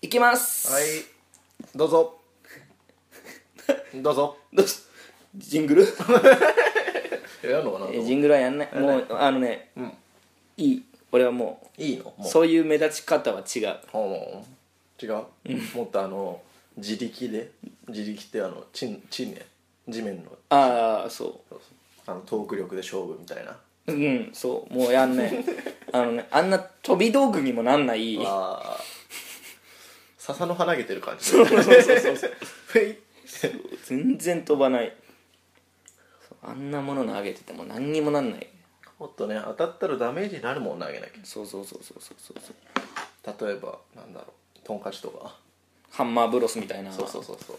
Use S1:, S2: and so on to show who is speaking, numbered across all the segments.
S1: いきます
S2: はいどうぞ どうぞ
S1: どうしジング ル
S2: やるのかな
S1: えジングルはやんないもうあのね、
S2: ん
S1: いい俺はも
S2: いいのも
S1: う
S2: う
S1: そういう目立ち方は違う
S2: あもう違うもっとあの自力で自力ってあの地地ね地面の
S1: ああそ
S2: そうそうあのトーク力で勝負みたいな
S1: ううんそうもうやんない あのねあんな飛び道具にもなんない
S2: あー笹の花げてる感じ
S1: そうそうそうそう
S2: ふい
S1: 全然飛ばないそうあんなもの投げてても何にもなんない
S2: もっとね当たったらダメージになるもん投げなき
S1: そうそうそうそうそうそうそう
S2: ゃ例えばなんだろうトンカチとか
S1: ハンマーブロスみたいな
S2: そうそうそうそう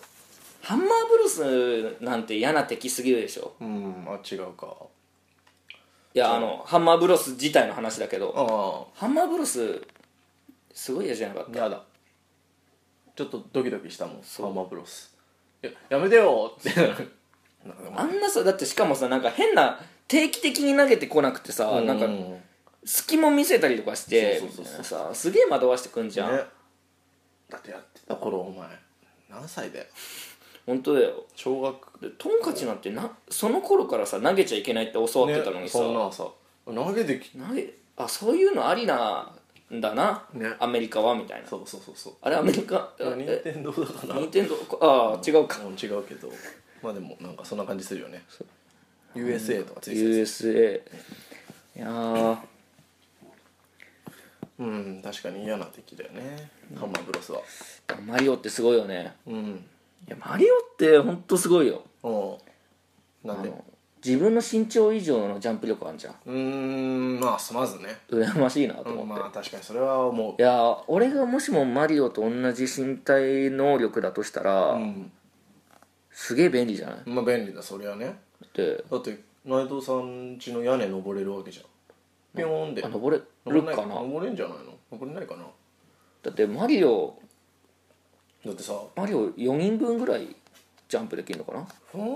S1: ハンマーブロスなんて嫌な敵すぎるでしょ
S2: うんあ違うか
S1: いやあのハンマーブロス自体の話だけど
S2: あ
S1: ハンマーブロスすごい嫌じゃなかっ
S2: あやだちょっとドキドキしたもん
S1: そう
S2: ハンマーブロスややめてよってなんかで
S1: た
S2: も
S1: あんなさだってしかもさなんか変な定期的に投げてこなくてさ、なんか
S2: うん
S1: 隙も見せたりとかして
S2: そうそうそうそう
S1: みたいなさすげえ惑わしてくんじゃん、
S2: ね、だってやってた頃お前何歳だよ
S1: 本当だよ
S2: 小学
S1: でトンカチなんてなその頃からさ投げちゃいけないって教わってたのにさ、
S2: ね、そんなんさ投げてき
S1: 投げあそういうのありなんだな、
S2: ね
S1: アメリカはみたいな
S2: そうそうそうそう
S1: あれアメリカ
S2: あ任
S1: え
S2: 天堂だから
S1: 任天堂ああ違うか
S2: うん違うけどまあでもなんかそんな感じするよね USA とかついてる
S1: USA いやー
S2: うん確かに嫌な敵だよね、ハンマーブロスは
S1: マリオってすごいよね
S2: うん
S1: いやマリオってほんとすごいよ
S2: おうな
S1: あ
S2: んでう
S1: の自分の身長以上のジャンプ力あるじゃん
S2: ーんまあすまずね、
S1: 羨ましいなと
S2: う
S1: 思
S2: ん
S1: って、
S2: まあ確かにそれは思
S1: いやー俺がもしもマリオと同じ身体能力だとしたら、
S2: ううん
S1: すげえ便利じゃない
S2: まあ便利だそりゃね
S1: で
S2: だって内藤さん家の屋根登れるわけじゃんピョーンで
S1: あ登れる
S2: 登れ
S1: かな
S2: 登れんじゃないの登れないかな
S1: だってマリオ
S2: だってさ
S1: マリオ4人分ぐらいジャンプできるのかな
S2: ふーん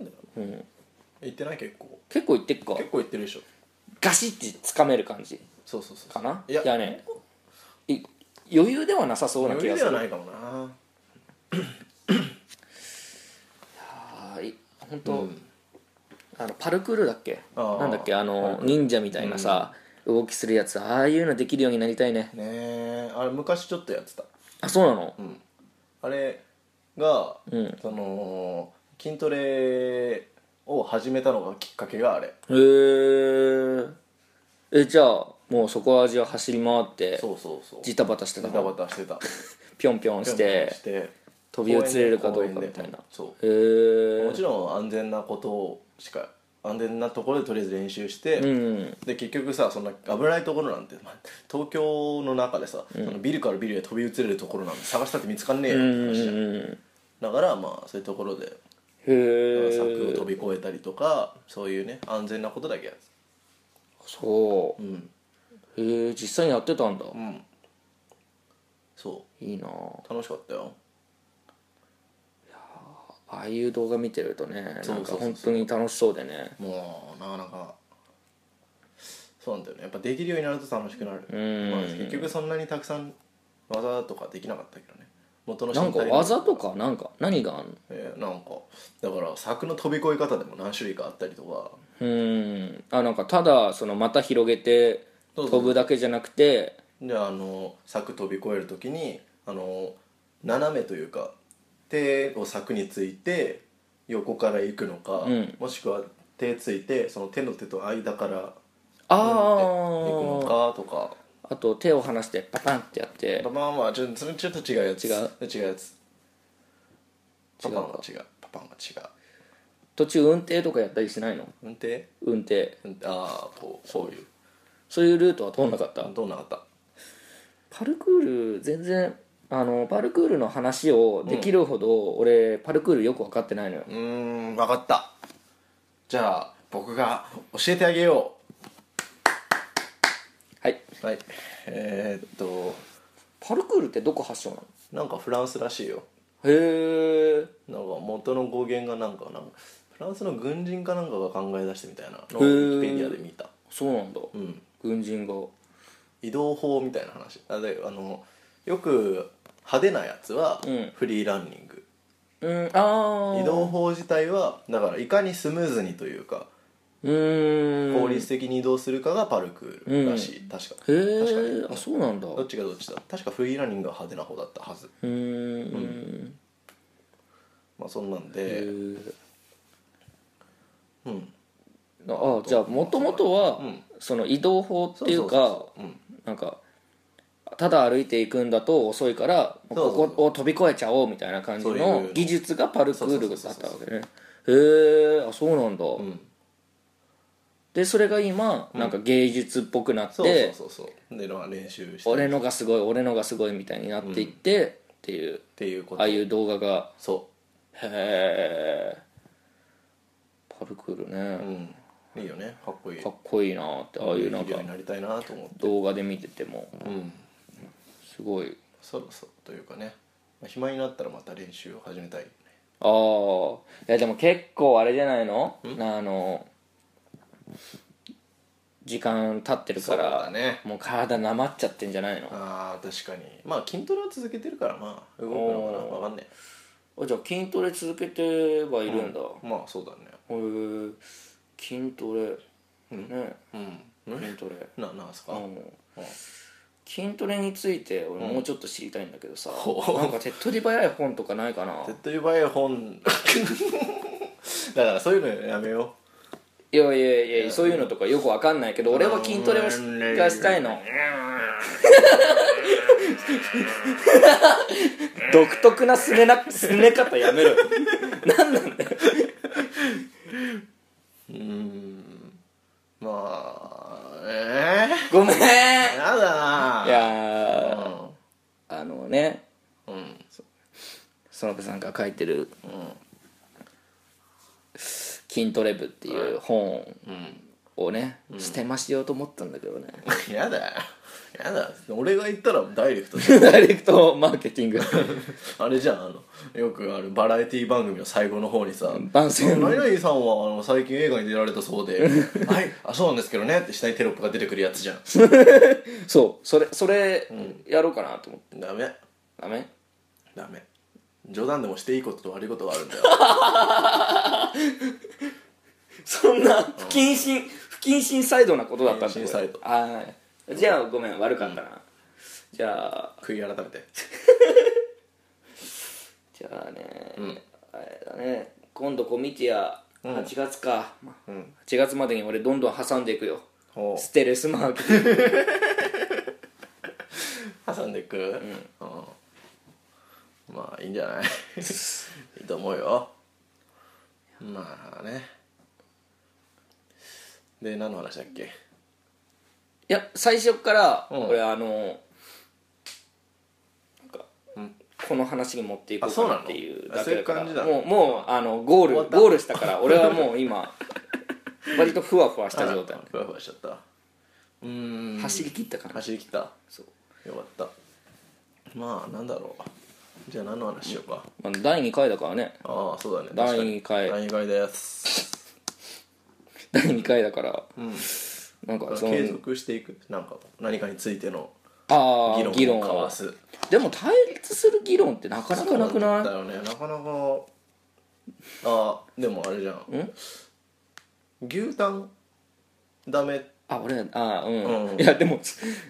S2: だよ、行ってない結構
S1: 結構いってっか
S2: 結構行ってるでしょ
S1: ガシッて掴める感じ
S2: そうそうそう
S1: かない
S2: や
S1: 屋根い余裕ではなさそうな
S2: 余
S1: 気
S2: 裕
S1: が
S2: ですは
S1: る
S2: ないかもな
S1: あーい本当、あのパルクールだっけ
S2: あー
S1: なんだっけあの忍者みたいなさ、動きするやつああいうのできるようになりたいね
S2: ねえあれ昔ちょっとやってた
S1: あそうなの、
S2: あれが、
S1: うん
S2: その筋トレを始めたのがきっかけがあれ
S1: へーえじゃあもうそこアジア走り回って
S2: そうそうそう
S1: ジタバタしてた
S2: バタバ
S1: の
S2: タしてた
S1: ピョンピョンして
S2: して
S1: 飛び移れるかどうか
S2: 公園で
S1: みたいな
S2: そう
S1: へー
S2: もちろん安全なことをしか安全なところでとりあえず練習して、
S1: うん
S2: で結局さそんな危ないところなんて、まあ東京の中でさ、そのビルからビルへ飛び移れるところなんて探したって見つかんねえよって話じゃんだからまあそういうところで
S1: へ
S2: 柵を
S1: ー
S2: 飛び越えたりとかそういうね安全なことだけやつ
S1: そう
S2: うん
S1: へー実際にやってたんだ
S2: うんそ
S1: いいなあ
S2: う楽しかったよ
S1: ああいう動画見てるとね
S2: そ
S1: な
S2: うん
S1: か
S2: そうそう
S1: 本当に楽しそうでね
S2: もうなかなかそうなんだよねやっぱできるようになると楽しくなる、
S1: ん
S2: まあ結局そんなにたくさん技とかできなかったけどね元の
S1: なんか
S2: の
S1: 技とかなんか何があんの
S2: えーなんかだから柵の飛び越え方でも何種類かあったりとか
S1: うーんあなんかただその股広げて
S2: そうそ
S1: 飛
S2: う
S1: ぶだけじゃなくて
S2: であの柵飛び越える時にあの斜めというか手を柵について横から行くのか、
S1: ん
S2: もしくは手ついてその手の手と間から
S1: あ
S2: 行く
S1: あ
S2: のかとか
S1: あと手を離してパパンってやって
S2: パパンはちょそれちょっと違うやつ
S1: 違う
S2: 違うやつ
S1: 違
S2: パ
S1: うか
S2: パンは違うパパンは違う
S1: 途中運転とかやったりしないの
S2: 運転
S1: 運転
S2: 運転ああこうこういう
S1: そういうルートは通んなかった
S2: どうなかった
S1: パルクール全然あのパルクールの話をできるほど、俺パルクールよく分かってないのよ
S2: うーん分かったじゃあ僕が教えてあげよ
S1: はい、
S2: うはいえー、っと
S1: パルクールってどこ発祥なの
S2: なんかフランスらしいよ
S1: へえ
S2: なんか元の語源がなんかなんかフランスの軍人かなんかが考え出してみたいなのをウィキペディアで見た
S1: そうなんだ、
S2: うん
S1: 軍人が
S2: 移動法みたいな話あであのよく派手なやつは
S1: うん
S2: フリーランニング、
S1: うんああ
S2: 移動法自体はだからいかにスムーズにというか
S1: うーん
S2: 効率的に移動するかがパルクールらしい、確か
S1: へ
S2: 確
S1: え
S2: か
S1: あそうなんだ
S2: どっ
S1: う
S2: ちがどっちだ確かフリーランニングが派手な方だったはず
S1: ーん
S2: まあそんなん
S1: へ
S2: で
S1: ー
S2: うん
S1: ああじゃあもともとは、
S2: うん
S1: その移動法っていうか
S2: そそそうん
S1: なんかただ歩いていくんだと遅いから
S2: そうそうそう
S1: ここを飛び越えちゃおうみたいな感じ
S2: そういう
S1: の
S2: の
S1: 技術がパルクールだ
S2: そう
S1: っ
S2: そうそ
S1: た
S2: う
S1: わ
S2: そう
S1: けねへえあそうなんだ、
S2: ん
S1: でそれが今なんか芸術っぽくなって、
S2: そうそうそうそうで、まあ、練習して
S1: 俺
S2: っ
S1: のがすごい俺のがすごいみたいになっていって、っていう
S2: ていうこ
S1: あ
S2: と
S1: あいう動画が
S2: そ
S1: へえパルクール
S2: うう
S1: ね、
S2: んいいよねかっこいい
S1: かっこいいなってああいうなん
S2: いいよ
S1: か
S2: うになりたいなと思って
S1: 動画で見てても
S2: うん
S1: すごい
S2: そろそろというかね、まあ、暇になったらまた練習を始めたいよね
S1: ああいやでも結構あれじゃないのあの時間経ってる
S2: そ
S1: か
S2: うだ
S1: ら、
S2: ね
S1: もう体なまっちゃってんじゃないの
S2: あー確かにまあ筋トレは続けてるからまあ動くのかなわかんね
S1: あじゃあ筋トレ続けてはいるんだ、
S2: えまあそうだね
S1: へえ筋トレ、ね
S2: うん
S1: 筋トレ
S2: ななんすか、
S1: あの筋トレについて俺もうちょっと知りたいんだけどさ、
S2: ほう
S1: なんか手っ取り早い本とかないかな
S2: 手っ取り早い本だからそういうのやめよ
S1: いやいやいやそういうのとかよくわかんないけど俺は筋トレをしがしたいの 独特なすねなすね方やめろよなんなんだよ
S2: ううーんまあえ
S1: ごめんい
S2: えー、やだな
S1: やー
S2: うん
S1: あのね
S2: うん
S1: 園部さんが書いてる
S2: うん
S1: 「筋トレ部」っていう本
S2: うん
S1: をね、捨てましようと思ったんだけどね
S2: やだやだ俺が言ったらダイレクトじゃん
S1: ダイレクトマーケティン グ
S2: あれじゃんあのよくあるバラエティ番組の最後の方にさ「
S1: 番宣
S2: 何々さんはあの最近映画に出られたそ うではいあそうなんですけどね」って下にテロップが出てくるやつじゃん
S1: そうそれそれやろうかなと思って
S2: ダメ
S1: ダメ
S2: ダメ冗談でもしていいことと悪いことがあるん だよ
S1: そんな不謹慎、不謹慎サイドなことだったんだ
S2: 不謹慎サイド
S1: あーじゃあごめん悪かったな、じゃあ
S2: 悔い改めて
S1: じゃあね、
S2: ん
S1: あれだね今度コミティア8月か、
S2: うん
S1: 8月までに俺どんどん挟んでいくよ
S2: ほ
S1: ステレスマーケティング
S2: う挟んでいくうん、まあいいんじゃ ないいいと思うよまあねで何の話だっけ
S1: いや最初から
S2: うん
S1: 俺あのなんかこの話に持っていこうかなっていうだけだから
S2: あそうなのあそうい
S1: も
S2: う感じなの
S1: うもうあのゴール
S2: 終わった
S1: ゴールしたから俺はもう 今割とふわふわした状態
S2: あらふわふわしちゃったうーん
S1: 走り切った感じ
S2: 走り切った
S1: そう
S2: よかったまあなんだろうじゃあ何の話しようか
S1: まあ、第2回だからね
S2: ああそうだね
S1: 第
S2: 確かに
S1: 二回
S2: 第2回です
S1: 第2回だから
S2: うん
S1: なんかその
S2: 継続していくなんか何かについての
S1: ああ
S2: 議論を
S1: 議論
S2: 交わ
S1: は
S2: す
S1: でも対立する議論ってなかなかなくない
S2: だよねなかなかあーでもあれじゃん牛タンダメっ
S1: あ俺あうん、
S2: うん
S1: いやでも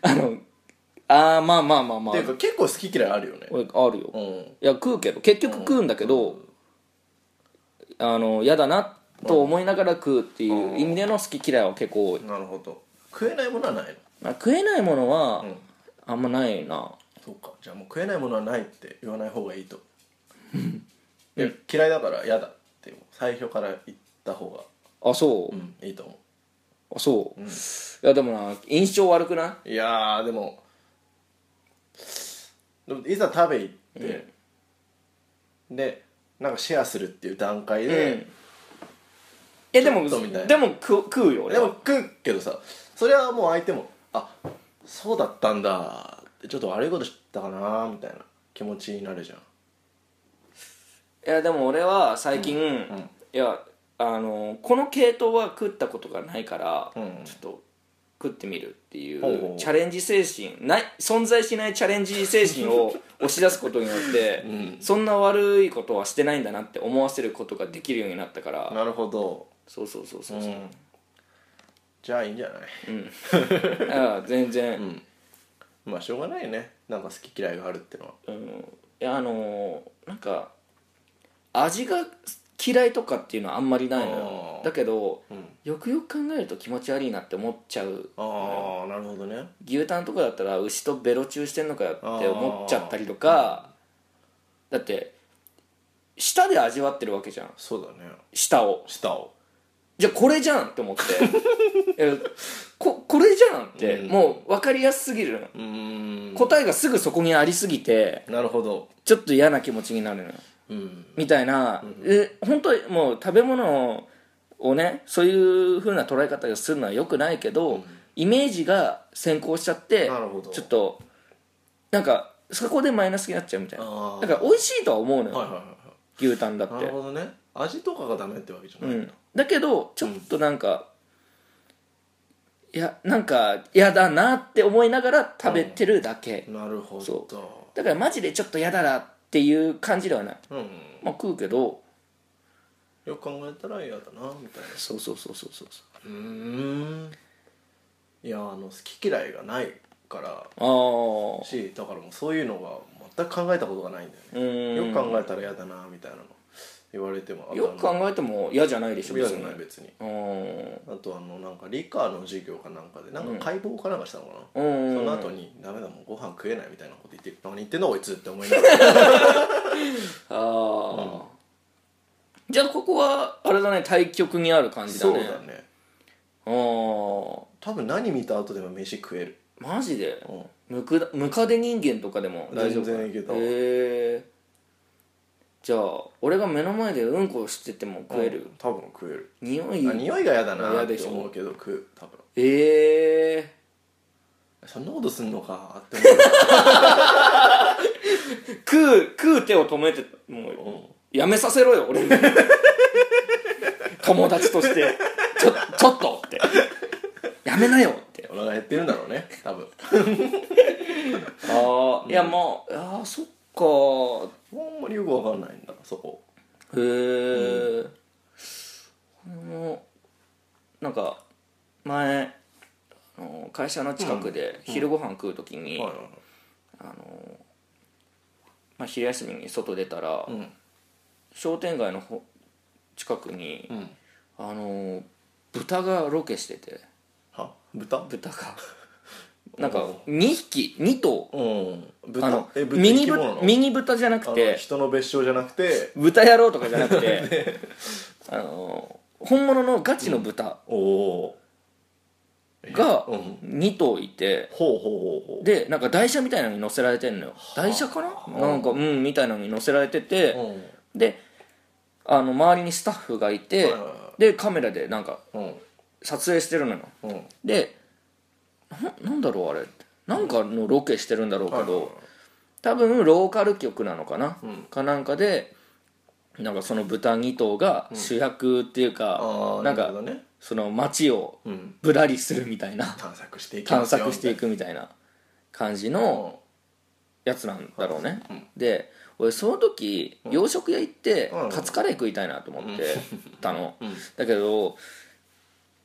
S1: あのああまあまあまあまあ
S2: ていうか結構好き嫌いあるよね
S1: 俺あるよ、
S2: う
S1: い
S2: ん
S1: や食うけど結局食うんだけど、あの嫌だなと思いながら食うっていう意味での好き嫌いは結構多い、
S2: なるほど食えないものはないの
S1: まあ、食えないものはあんまないな
S2: そうかじゃあもう食えないものはないって言わない方がいい といや嫌いだから嫌だってもう最初から言った方が
S1: あそう、
S2: うんいいと思
S1: あそう、いやでもな印象悪くないう
S2: いやーでもでもいざ食べ行って、でなんかシェアするっていう段階
S1: うん
S2: で、
S1: えでも
S2: ちょっとみたいな
S1: でも食う食うよ俺
S2: で
S1: は
S2: も食うけどさそれはもう相手もあそうだったんだってちょっと悪いことしたかなみたいな気持ちになるじゃん
S1: いやでも俺は最近、いやあのこの系統は食ったことがないから、
S2: うん
S1: ちょっと食ってみるってい
S2: ほうほ
S1: う
S2: う
S1: チャレンジ精神ない存在しないチャレンジ精神を 押し出すことによって、そんな悪いことはしてないんだなって思わせることができるようになったから
S2: なるほど
S1: そうそうそうそうそう、
S2: じゃあいいんじゃない、
S1: だから全然、
S2: まあしょうがないよねなんか好き嫌いがあるってのは
S1: うん、いやあのーなんか味が嫌いとかっていうのはあんまりないのよ
S2: あー
S1: だけど、
S2: ん
S1: よくよく考えると気持ち悪いなって思っちゃう
S2: ああなるほどね
S1: 牛タンとかだったら牛とベロチューしてんのかよって
S2: あー
S1: 思っちゃったりとかだって舌で味わってるわけじゃん
S2: そうだね
S1: 舌を
S2: 舌を
S1: じゃあこれじゃんって思 ってえここれじゃんって、
S2: うん
S1: もう分かりやすすぎるの
S2: うーん
S1: 答えがすぐそこにありすぎて
S2: なるほど
S1: ちょっと嫌な気持ちになるのよ
S2: うん
S1: みたいな、え本当にもう食べ物をねそういう風な捉え方をするのはよくないけど、イメージが先行しちゃって
S2: なるほど
S1: ちょっとなんかそこでマイナスになっちゃうみたいな
S2: あ
S1: だ
S2: あ
S1: から美味しいとは思うのよ、
S2: はいはいはい
S1: 牛タンだっ
S2: な
S1: て
S2: るほどね味とかがダメってわけじゃ
S1: う
S2: ない、
S1: ん、だけどちょっとなんか、いやなんか嫌だなって思いながら食べてるだけ、
S2: なるほ
S1: そ
S2: ど
S1: だからマジでちょっと嫌だなっていう感じではない、
S2: うん
S1: まあ、食うけど
S2: よく考えたら嫌だなみたいな
S1: そうそうそうそうそうそう
S2: うーんいやあの好き嫌いがないから
S1: ああ
S2: しだからもうそういうのが全く考えたことがないんだよね
S1: うーん
S2: よく考えたら嫌だなみたいなの言われても
S1: よく考えても嫌じゃないでしょ
S2: 嫌じゃない
S1: 別に
S2: 別に
S1: うーん
S2: あとあのなんか理科の授業かなんかでなんか解剖かなんかしたのかな、
S1: うん
S2: その後に「ダメだもうご飯食えない」みたいなこと言って「何言ってんだこいつ」って思いながら
S1: ああ、じゃあここはあれだね対局にある感じだ
S2: そう
S1: ね
S2: だね
S1: あー
S2: 多分何見た後でも飯食える
S1: マジで
S2: うん
S1: ムクダムカデ人間とかでも大丈夫
S2: 全然いけた
S1: へえじゃあ俺が目の前でうんこしてても食える、
S2: 多分食える
S1: 匂
S2: あ
S1: い
S2: 匂いが嫌だな
S1: 嫌
S2: っ
S1: で
S2: て
S1: しょ
S2: 思うけど食う多分
S1: ええ
S2: そんなことすんのかって思
S1: 食う食う手を止めてもう
S2: う、うん
S1: やめさせろよ 俺に友達としてちょちょっとってやめなよって
S2: お腹減ってるんだろうね多分
S1: ああいやまああーそっか
S2: あんまりよくわかんないんだそこ
S1: へえ、これもなんか前あの会社の近くで昼ご飯食う時に、
S2: はいはいはい
S1: まあ、昼休みに外出たら、
S2: ん
S1: 商店街のほ近くに、
S2: ん
S1: あの豚がロケしてて
S2: は豚
S1: 豚がなんか2匹2頭
S2: うん
S1: あの
S2: 豚え豚
S1: ミ
S2: 生
S1: ニ
S2: き
S1: ぶ
S2: 物の
S1: ミニ豚じゃな
S2: あ
S1: く
S2: の
S1: て
S2: 人の別称じゃなくて
S1: 豚野郎とかじゃなく てあの本物のガチの豚、
S2: おお
S1: が
S2: うん
S1: 2頭いて
S2: ほうほうほうほう
S1: でなんか台車みたいなのに乗せられてんのよ台車かななんかうんみたいなのに乗せられてて
S2: う
S1: であの周りにスタッフがいて
S2: はいは
S1: でカメラでなんか
S2: んうん
S1: 撮影してるのよ
S2: うん
S1: でななんだろうあれってなんかのロケしてるんだろうけ
S2: はいはい
S1: ど多分ローカル局なのかな、
S2: ん
S1: かなんかでなんかその豚2頭が主役っていうか、
S2: ああ
S1: なん
S2: な
S1: か
S2: るほどね
S1: その街を
S2: うん
S1: ぶらりするみたいな
S2: 探索していきま
S1: 探
S2: すよ
S1: 索してい
S2: み
S1: くみたいな感じ
S2: たい
S1: の
S2: な
S1: やつなんだろうね、で俺その時洋食屋行って
S2: うん
S1: カツカレー食いたいなと思ってたの、
S2: ん
S1: だけど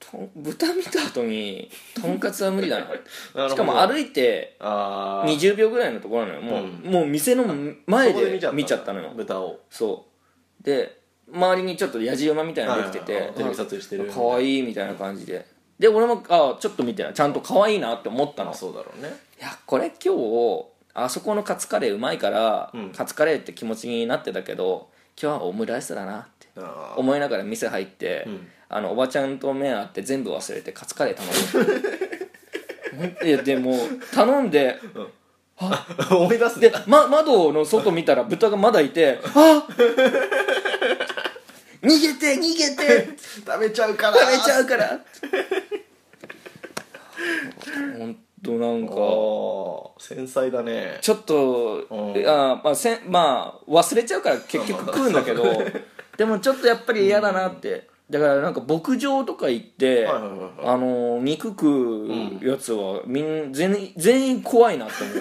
S1: とん豚見た後にとんかつは無理 だ
S2: ほど
S1: なしかも歩いて
S2: ああ
S1: 20秒ぐらいのところなのよもう,、
S2: うん
S1: もう店の前
S2: そこ
S1: で見ちゃったのよ
S2: 豚を
S1: そうで周りにちょっとやじ馬みたいなのできてて、
S2: はいはいはいテレビ撮影してる
S1: かわいいみたいな感じでで俺もあちょっと見てなちゃんとかわいいなって思ったの
S2: あそうだろうね
S1: いやこれ今日あそこのカツカレーうまいから、
S2: うん
S1: カツカレーって気持ちになってたけど今日はオムライスだなって
S2: あ
S1: 思いながら店入って、
S2: ん
S1: あのおばちゃんと目合って全部忘れてカツカレー頼ん でいやでも頼んで
S2: あ 思い出すね
S1: で、ま、窓の外見た ら豚がまだいて「あ逃げて逃げて
S2: 食べちゃうから
S1: 食べちゃうから」本当なんか
S2: ああ繊細だね
S1: ちょっと
S2: うん
S1: あーまあせんまあ忘れちゃうから結局食うんだけどでもちょっとやっぱり嫌だなってだからなんか牧場とか行って、
S2: はいはいはいはい
S1: あのー肉食うやつはみん全員全員怖いなって思 う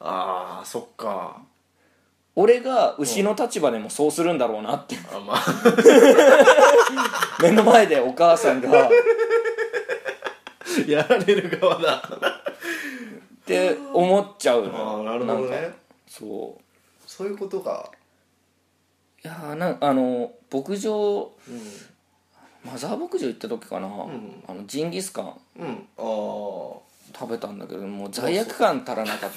S2: ああそっか
S1: 俺が牛の立場でもそうするんだろうなって
S2: あまあ
S1: 目の前でお母さんがっ
S2: やられる側だ
S1: て思っちゃ う
S2: あ
S1: の
S2: あなるほど
S1: なん
S2: ね
S1: かそう
S2: そういうことか
S1: いやーなんあの牧場
S2: う
S1: マザー牧場行った時かな、
S2: ん
S1: あのジンギスカン
S2: ん、うん、あ
S1: 食べたんだけどもう罪悪感足らなかった、ね、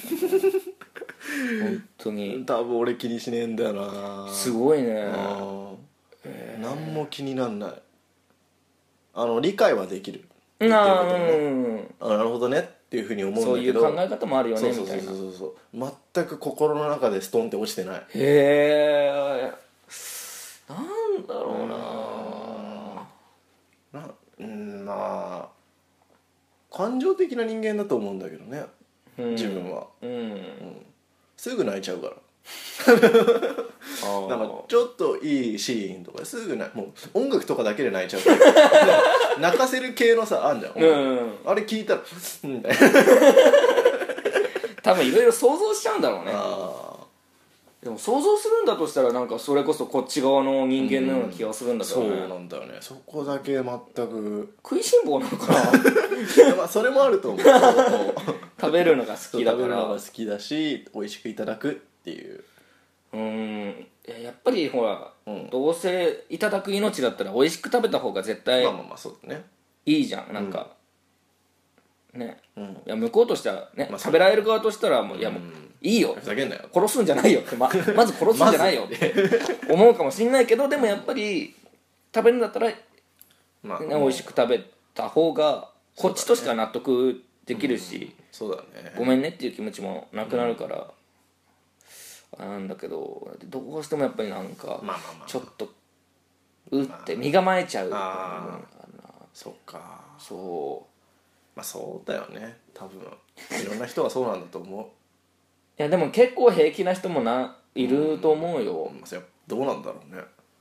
S1: 本当に
S2: あ多分俺気にしねえんだよな
S1: すごいね
S2: あー何も気になんないあの理解はできる
S1: なあ
S2: 言っ
S1: う
S2: てるこ
S1: ん
S2: ともあなるほどねっていうふうに思うん
S1: そう
S2: だ
S1: い
S2: け
S1: う
S2: ど
S1: 考え方もあるよね
S2: そう
S1: み
S2: そう
S1: た
S2: そう
S1: いな
S2: そ
S1: へ
S2: うそうそう全く心の中でストンって落ちてない
S1: えなんだろうな
S2: なうんまあ感情的な人間だと思うんだけどね、
S1: うん
S2: 自分は
S1: うん
S2: すぐ泣いちゃうから
S1: あー
S2: なんかちょっといいシーンとかすぐ泣いもう音楽とかだけで泣いちゃうから 泣かせる系のさあんじゃん、
S1: うん
S2: あれ聞いたら「うん」みたい
S1: 多分いろいろ想像しちゃうんだろうね
S2: なあー
S1: でも想像するんだとしたらなんかそれこそこっち側の人間のような気がするんだけど
S2: そ
S1: ね、
S2: うなんだよねそこだけ 全く
S1: 食いしん坊なのか な
S2: いやまあそれもあると思うそうそう
S1: 食べるのが好
S2: そう
S1: き
S2: 食
S1: だ
S2: べ
S1: か
S2: るの
S1: ら
S2: が好きだし美味しくいただくっていう
S1: うんいややっぱりほら、
S2: うん
S1: どうせいただく命だったら美味しく食べた方が絶対
S2: まあまあまあそうだね
S1: いいじゃんなんか、ね
S2: うん
S1: いや向こうとしたらね、
S2: まあそう
S1: 食べられる側としたらもういやもう、
S2: ん
S1: いいよ
S2: ふざけんなよ
S1: 殺すんじゃないよってままず殺すんじゃ ないよって思うかもしんないけどでもやっぱり食べるんだったら、ね、
S2: まあ
S1: 美味しく食べた方がこっちとしては納得できるし、
S2: そうだね
S1: ごめんねっていう気持ちもなくなるから、あなんだけどどうしてもやっぱりなんか、
S2: まあまあまあ
S1: ちょっとうって身構えちゃう、
S2: あそっか
S1: そ
S2: まあそうだよね多分いろんな人はそうなんだと思
S1: ういやでも結構平気な人もないると思うよ
S2: う、まあそれどうなんだろうね、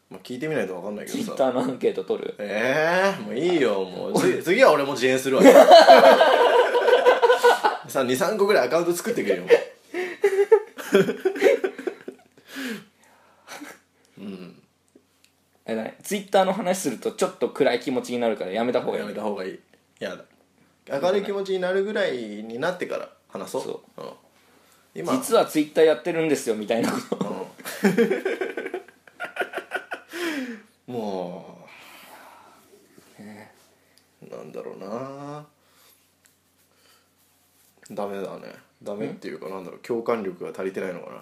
S2: まあ、聞いてみないと分かんないけ
S1: ツイッ
S2: どさ
S1: ターのアンケート取る
S2: ええー、もういいよもう 次次は俺も自演するわ さ23個ぐらいアカウント作ってくれよも
S1: あれだねツイッターの話するとちょっと暗い気持ちになるからやめた方
S2: う
S1: がい
S2: や
S1: い
S2: めた方がいいやだ明るい気持ちになるぐらいになってから話そう、
S1: そう
S2: ん、今
S1: 実はツイッターやってるんですよみたいなこと
S2: うんもう、なんだろうなダメだねダメっていうかなんだろう共感力が足りてないのかな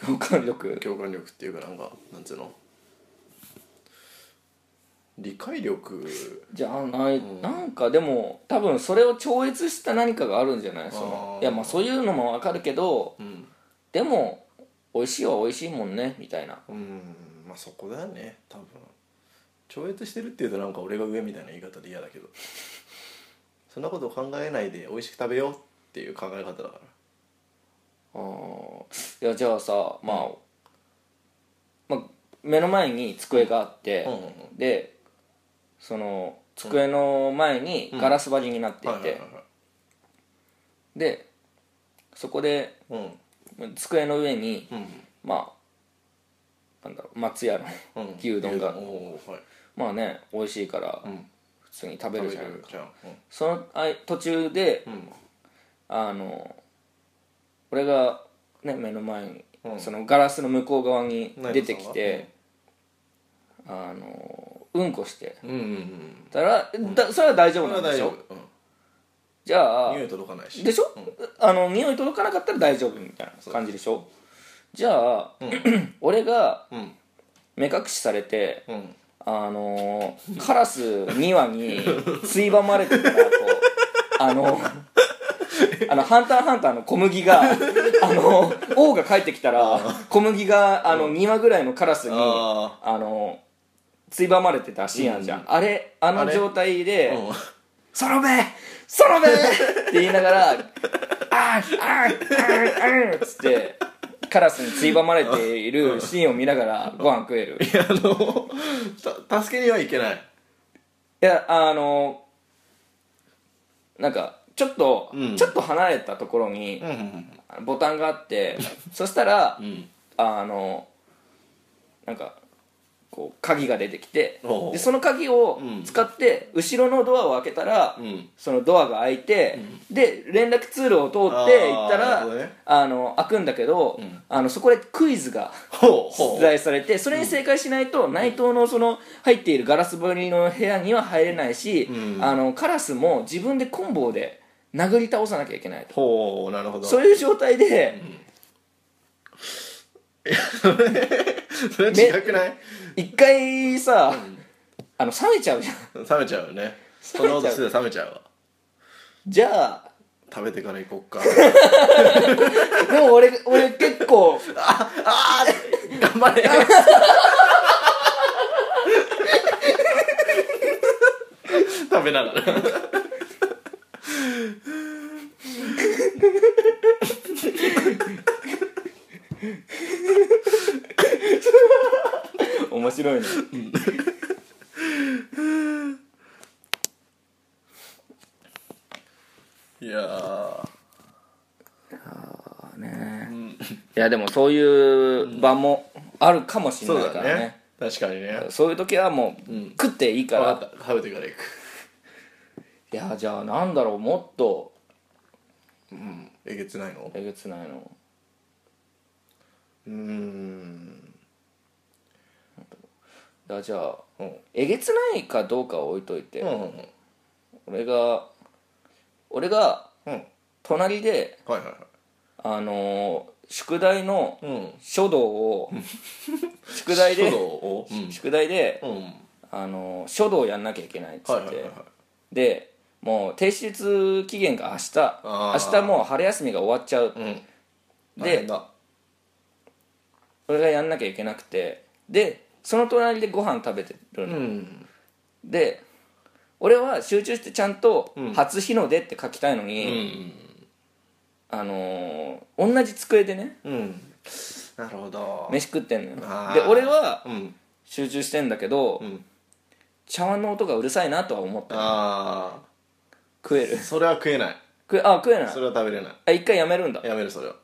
S1: 共感力
S2: 共感力っていうかなんかなんつうの理解力
S1: じゃあない、なんかでも多分それを超越した何かがあるんじゃないそ
S2: あ
S1: の
S2: ー
S1: いやまあそういうのもわかるけど
S2: うん、
S1: でも美味しいは美味しいもんねみたいな
S2: うん、まあそこだよね多分超越してるっていうとなんか俺が上みたいな言い方で嫌だけど そんなことを考えないで美味しく食べようっていう考え方だから
S1: あーいやじゃあさ、まあまあ目の前に机があって、
S2: うんうん
S1: でその机の前にガラス張りになってい
S2: はいはい
S1: て、でそこで
S2: はいはい
S1: 机の上に
S2: うん
S1: まあなんだろう松屋の
S2: うんうん
S1: 牛丼が
S2: おーはい
S1: まあね美味しいから
S2: うん
S1: 普通に食べる
S2: 食べ
S1: じゃん、
S2: るじゃん
S1: そのあい途中で
S2: うん
S1: あの俺が、ね、目の前に、
S2: うん
S1: そのガラスの向こう側に出てき
S2: ナイ
S1: てあのうんこして
S2: うんうんうん
S1: たら、だそれは大丈
S2: そ
S1: 夫
S2: れ
S1: な
S2: は
S1: んで
S2: 大
S1: し
S2: 丈
S1: ょ
S2: 夫うん
S1: じゃあ
S2: 匂い届かないし
S1: でしょ、あの匂い届かなかったら大丈夫みたいな感じでしょじゃあ、 俺が
S2: うん
S1: 目隠しされて
S2: うん
S1: あのーカラス2羽についばまれてたらこうあのあの「ハンターハンター」の小麦があの王が帰ってきたら小麦があの2羽ぐらいのカラスに
S2: あ
S1: あのついばまれてたシーンあるじゃん、あれあ
S2: あ
S1: の
S2: れ
S1: 状態
S2: ー
S1: で
S2: うん
S1: 「そのべそのべ!」って言いながら「あーあーあーあーっつってカラスについばまれているシーンを見ながらご飯食えるい
S2: いやあのた助けにはいけない
S1: やあのなんかちょっと、
S2: うん
S1: ちょっと離れたところに
S2: うんうん
S1: ボタンがあ ってそしたら、
S2: うん
S1: あのなんかこう鍵が出てきて
S2: おう
S1: でその鍵を使って、後ろのドアを開けたら、
S2: うん
S1: そのドアが開いて、で連絡通路を通って行った
S2: あ
S1: ら
S2: ーなる
S1: あ、
S2: ほどね
S1: の開くんだけど、
S2: ん
S1: あのそこでクイズが
S2: ほうほ
S1: 出
S2: う
S1: 題されてそれに正解しないと、内藤のその入っているガラス張りの部屋には入れないし、
S2: うん
S1: あのカラスも自分でコンボで殴り倒さなきゃいけないと
S2: ほうなるほど
S1: そういう状態で
S2: それ違くない
S1: 一回さ、あの冷めちゃうじゃん
S2: 冷めちゃうよねそんなことしてたら冷めちゃうわ
S1: じゃあ
S2: 食べてから行こっか
S1: でも俺俺結構
S2: あー頑張れ 食べながら
S1: 面白いね
S2: いやー
S1: いやでもそういう場もあるかもしれ
S2: そう
S1: ないか
S2: だ
S1: ら
S2: ね
S1: ね
S2: 確かにね
S1: そういう時はもう、
S2: うん
S1: 食っていいか
S2: 分
S1: ら
S2: かった食べてから行く
S1: いやじゃあなんだろうもっと
S2: うんえげつないの
S1: えげつないの
S2: うーん
S1: だじゃあ
S2: うん
S1: えげつないかどうかは置いといて、
S2: うんうん
S1: 俺が俺が
S2: うんはい
S1: 隣で
S2: はいは
S1: あのー宿題の
S2: いうん
S1: 書道 を宿題で
S2: 書道をうん
S1: 宿題で、
S2: うん
S1: あのー書道やんなきゃいけないっつって、
S2: はいはいはいはい
S1: でもう提出期限が明日
S2: あ
S1: 明
S2: ー
S1: 日もう春休みが終わっちゃう
S2: うん
S1: で
S2: 大変だ
S1: 俺がやんなきゃいけなくてでその隣でご飯食べてる
S2: う
S1: の、
S2: ん
S1: で俺は集中してちゃんと
S2: う
S1: 「
S2: ん
S1: 初日の出」って書きたいの
S2: う
S1: に、
S2: ん
S1: あのー同じ机でね
S2: うんなるほど
S1: 飯食ってんのよ
S2: あー
S1: で俺は
S2: うん
S1: 集中してんだけど、
S2: うん
S1: 茶碗の音がうるさいなとは思った
S2: あ
S1: 食える
S2: あそれは食えない
S1: 食えあ食えない
S2: それは食べれない
S1: あ一回やめるんだ
S2: やめるそれは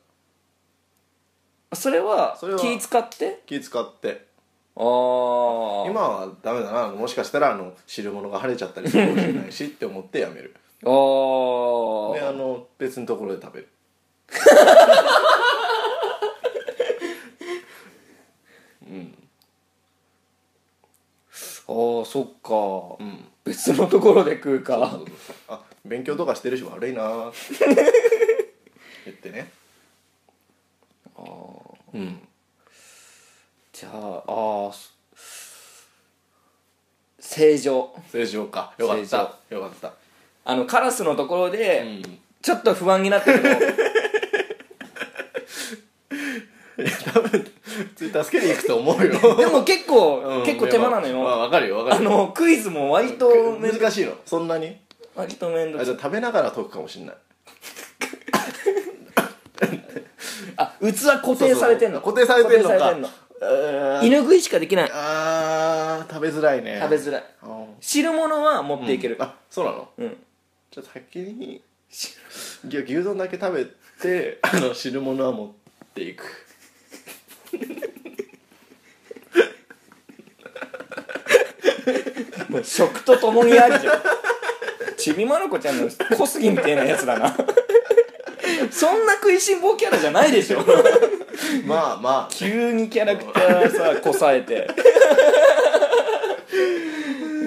S1: それは
S2: それは
S1: 気使って
S2: 気使って
S1: ああ
S2: 今はダメだなもしかしたらあの汁物が晴れちゃったりするかもしれないしって思ってやめる
S1: あー
S2: であの別のところで食べる
S1: あーそっか、
S2: ん
S1: 別のところで食うか
S2: あ勉強とかしてるし悪いなー って言ってねああうん
S1: じゃああーす正常
S2: 正常かよかったよかった
S1: あのカラスのところ
S2: う
S1: で
S2: ん
S1: ちょっと不安になったけ ど
S2: 普通助けに行くと思うよ
S1: でも結構、
S2: う ん
S1: 結構手間なのよ、
S2: まあ、わかるよわか
S1: あ
S2: るよ
S1: のクイズも割とめん
S2: 難しいのそんなに
S1: 割と面倒
S2: あ
S1: くさ
S2: じゃあ
S1: い
S2: 食べながら解くかもしんない
S1: あ器固定されてんの
S2: そうそう固定されてん
S1: 固定さ
S2: の
S1: れ
S2: か
S1: てんの
S2: えー
S1: 犬食いしかできない
S2: あー食べづらいね
S1: 食べづらい
S2: あ
S1: 汁物は持っていける、
S2: あそうなの
S1: うん、
S2: じゃあ先 に牛牛丼だけ食べてあの汁物は持っ ていく
S1: もう食と共にありじゃんちびまる子ちゃんの小杉みたいなやつだな そんな食いしん坊キャラじゃないでし ょ
S2: まあまあ
S1: 急にキャラクターさこさえて
S2: う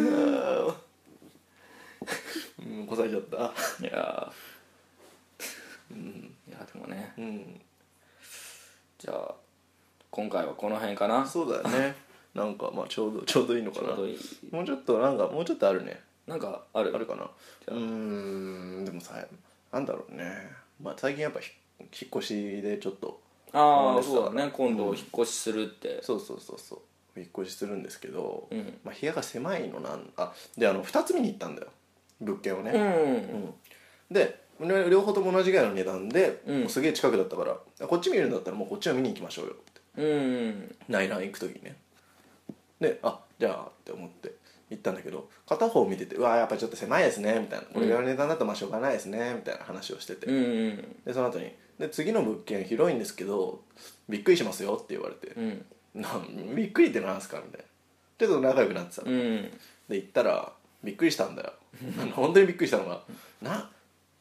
S2: んこさえちゃった
S1: いやーいやでもね
S2: うん
S1: じゃあ今回はこの辺かなち
S2: そうだよねなんかまあちょうどちょうどいいのか
S1: ょ
S2: な
S1: うどいい
S2: もうちょっとなんかもうちょっとあるね
S1: なんかある
S2: あるかなうーんでもさなんだろうねまあ最近やっぱひ引っ越しでちょっと
S1: ああそうだね今度引っ越しするって
S2: そうそうそうそう引っ越しするんですけど、
S1: うん
S2: まあ、部屋が狭いのなんあであの2つ見に行ったんだよ物件をね、
S1: うん
S2: で両方とも同じぐらいの値段で、
S1: うん
S2: もうすげえ近くだったからあこっち見るんだったらもうこっちは見に行きましょうよって
S1: うん
S2: 内覧行く時にねであじゃあって思って行ったんだけど片方見ててうわやっぱちょっと狭いですねみたいなこれぐらいの値段だとまあしょうがないですねみたいな話をしてて、
S1: うんうん
S2: でその後にで次の物件広いんですけどびっくりしますよって言われて
S1: う、ん
S2: なんびっくりってなんすかみたいなちょっと仲良くなってたの、
S1: うん
S2: で行ったらびっくりしたんだよ あの本当にびっくりしたのがな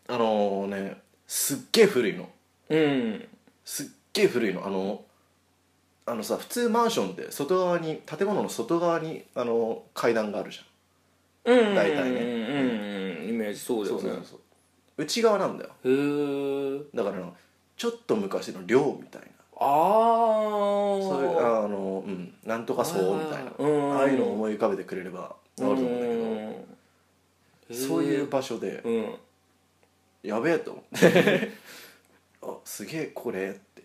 S2: あのねすっげえ古いの
S1: うん
S2: すっげえ古いのあのあのさ普通マンションって外側に建物の外側にあの階段があるじ
S1: うん
S2: 大体ね
S1: うんうんイメージそう
S2: ゃん
S1: だよね
S2: そう内側なんだよ
S1: へえ
S2: だからあのちょっと昔の寮みたいな
S1: ああ
S2: そういうあのうんなんとかそうみたいな
S1: あーうん
S2: ああいうのを思い浮かべてくれればあると思うんだけどそういう場所で
S1: うんうん
S2: やべえと思って あすげえこれって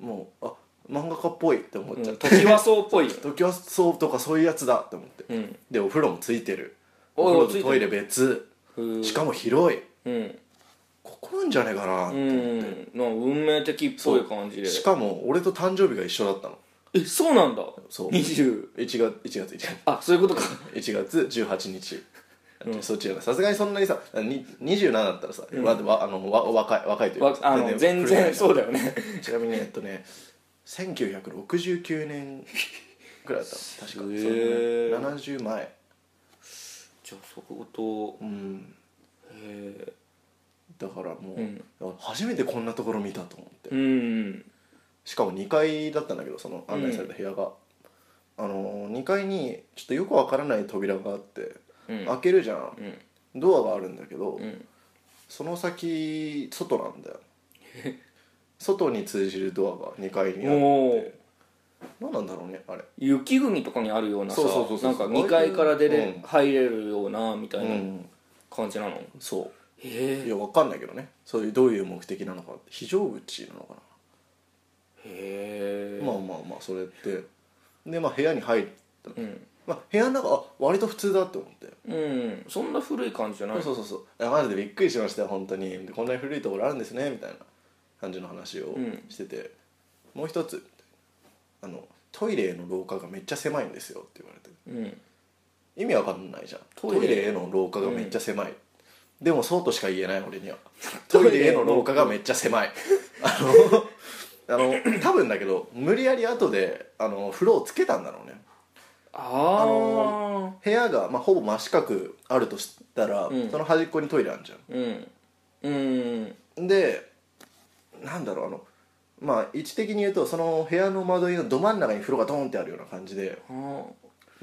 S2: もうあ漫画家っぽいって思っちゃった、
S1: 時はそうっぽいよ
S2: 時はそうとかそういうやつだって思って、
S1: うん
S2: でお風呂もついてる
S1: おい
S2: お
S1: おい
S2: 風呂とトイレ別しかも広い
S1: うん
S2: ここなんじゃねえかなっ
S1: う
S2: て
S1: ん
S2: 思っ
S1: なんか運命的っぽい感じ
S2: て、
S1: で
S2: しかも俺と誕生日が一緒だったの
S1: えそうなんだ
S2: そう
S1: 20
S2: 1月1月1月
S1: あそういうことか
S2: 1月18日、そっちじゃないさすがにそんなにさに27だったらさ、わわあのわ若い若いという
S1: わ
S2: か
S1: あの全
S2: 古い
S1: 然そうだよね
S2: ちなみにねえっとね1969年ぐらいだったの確か、
S1: へー
S2: そうだね70前
S1: じゃあそこと
S2: うん
S1: へ
S2: だからもう、
S1: うん
S2: 初めてこんなところ見たと思って、
S1: えうん
S2: しかも2階だったんだけどその案内された部屋が、あの2階にちょっとよくわからない扉があって、
S1: うん
S2: 開けるじゃん、
S1: うん
S2: ドアがあるんだけど、
S1: うん
S2: その先外なんだよ外に通じるドアが2階にあ
S1: おお
S2: って何なんだろうねあれ
S1: 雪国とかにあるようなさ
S2: そうそうそうそう
S1: なんか2階から出れ、
S2: うん
S1: 入れるようなみたいうなん感じなの、
S2: そうい
S1: へ
S2: やわかんないけどねそういうどういう目的なのか非常口なのか
S1: えへえ
S2: な、まあまあまあそれってでまあ部屋に入った、
S1: うん、
S2: まあ、部屋の中あ割と普通だって思って、
S1: うん、そんな古い感じじゃない
S2: そうそうそうそういやマジでびっくりしましたよ本当にでこんなに古いところあるんですねみたいな感じの話を
S1: うん
S2: してて、もう一つあのトイレへの廊下がめっちゃ狭いんですよって言われて
S1: うん
S2: 意味わかんないじゃん
S1: ト
S2: ト
S1: イレ
S2: イレへの廊下がめっちゃ狭い、でもそうとしか言えない俺 にはトイレへの廊下がめっちゃ狭いあのあの多分だけど無理やり後であの風呂をつけたんだろうね
S1: あ
S2: あ
S1: の
S2: の部屋が、まあ、ほぼ真四角あるとしたら、
S1: ん
S2: その端っこにトイレあるじゃ
S1: うんうん
S2: んでなんだろうあのまあ位置的に言うとその部屋の間取りのど真ん中に風呂がドーンってあるような感じで
S1: あ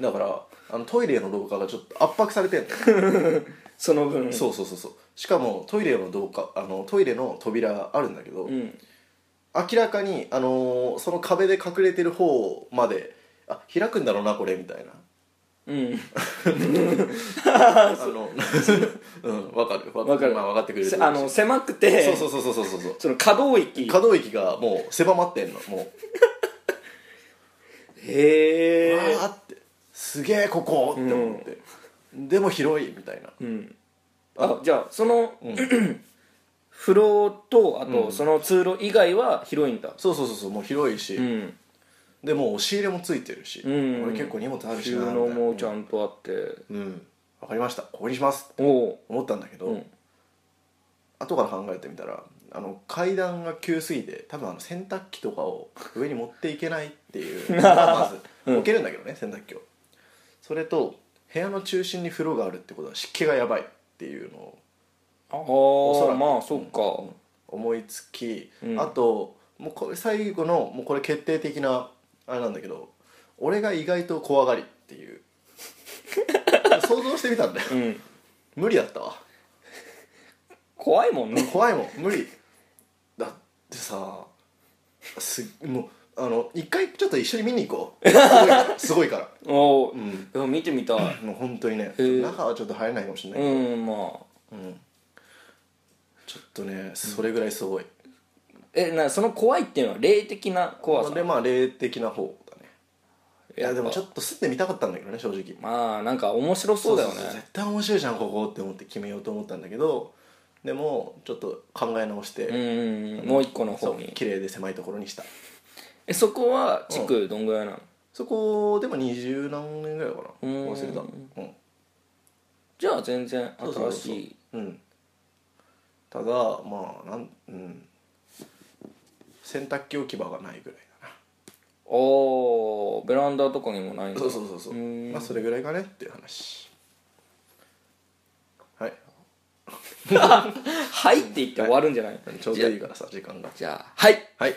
S2: だからあのトイレへの廊下がちょっと圧迫されてんの
S1: その分
S2: そうそうそうそうしかもトイレのどうかあのトイレの扉あるんだけど、
S1: うん
S2: 明らかに、あのーその壁で隠れてる方まであ開くんだろうなこれみたいな
S1: うん
S2: あの うんわかるわ
S1: わかる
S2: まあ、分かってくれる
S1: せ
S2: と思
S1: あ
S2: うし
S1: の狭くて
S2: そうそうそうそうそうそう
S1: その可動域
S2: 可動域がもう狭まってんのもう、
S1: へえ
S2: あーってすげえここって思って、でも広いみたいな
S1: うんあじゃあその、 風呂とあとその通路以外は広いんだ
S2: そうそうそうそうもう広いし、
S1: うん
S2: でもう押し入れもついてるし、
S1: ん
S2: 俺結構荷物あるし
S1: 収
S2: なみたい
S1: 納
S2: な
S1: もちゃんとあって
S2: うんわかりましたここにします
S1: おお
S2: 思ったんだけど、
S1: うん
S2: 後から考えてみたらあの階段が急すぎて多分あの洗濯機とかを上に持っていけないっていう まあまず置けるんだけどね、洗濯機をそれと部屋の中心に風呂があるってことは湿気がやばいっていうのを
S1: あ
S2: そ
S1: あ
S2: らく
S1: まあそっか
S2: 思いつき、
S1: うん
S2: あともうこれ最後のもうこれ決定的なあれなんだけど俺が意外と怖がりっていう 想像してみたんだよ
S1: うん
S2: 無理だったわ
S1: 怖いもんね
S2: 怖いもん無理だってさすもうあの一回ちょっと一緒に見に行こうすごいからすごいから
S1: おお
S2: ん
S1: でも見てみたい
S2: もう本当にね
S1: ー
S2: 中はちょっと入れないかもしれないけど、
S1: うんまあ
S2: ちょっとねそれぐらいすごい、
S1: えなその怖いっていうのは霊的な怖さ
S2: でまあ霊的な方だねい
S1: やっ
S2: や
S1: ぱ
S2: でもちょっと住んでみたかったんだけどね正直
S1: まあなんか面白そうだよ
S2: そそそ
S1: ね
S2: 絶対面白いじゃんここって思って決めようと思ったんだけどでもちょっと考え直して、
S1: うんうんうんもう一個の
S2: そ
S1: 方
S2: う
S1: に
S2: 綺麗で狭いところにした
S1: えそこは地区どんぐらいなの、
S2: そこでも二十何年ぐらいかな
S1: うん
S2: 忘れたうん
S1: じゃあ全然
S2: そうそ
S1: 新
S2: うそう
S1: しい
S2: うんただまあなんうん洗濯機置き場がないぐらいだな
S1: おおベランダとかにもないんだ
S2: そうそうそうそう
S1: うん
S2: まあそれぐらいかねっていう話はい
S1: はいって言って終わるんじゃない、
S2: ちょうどいいからさ時間が
S1: じゃあはい
S2: はい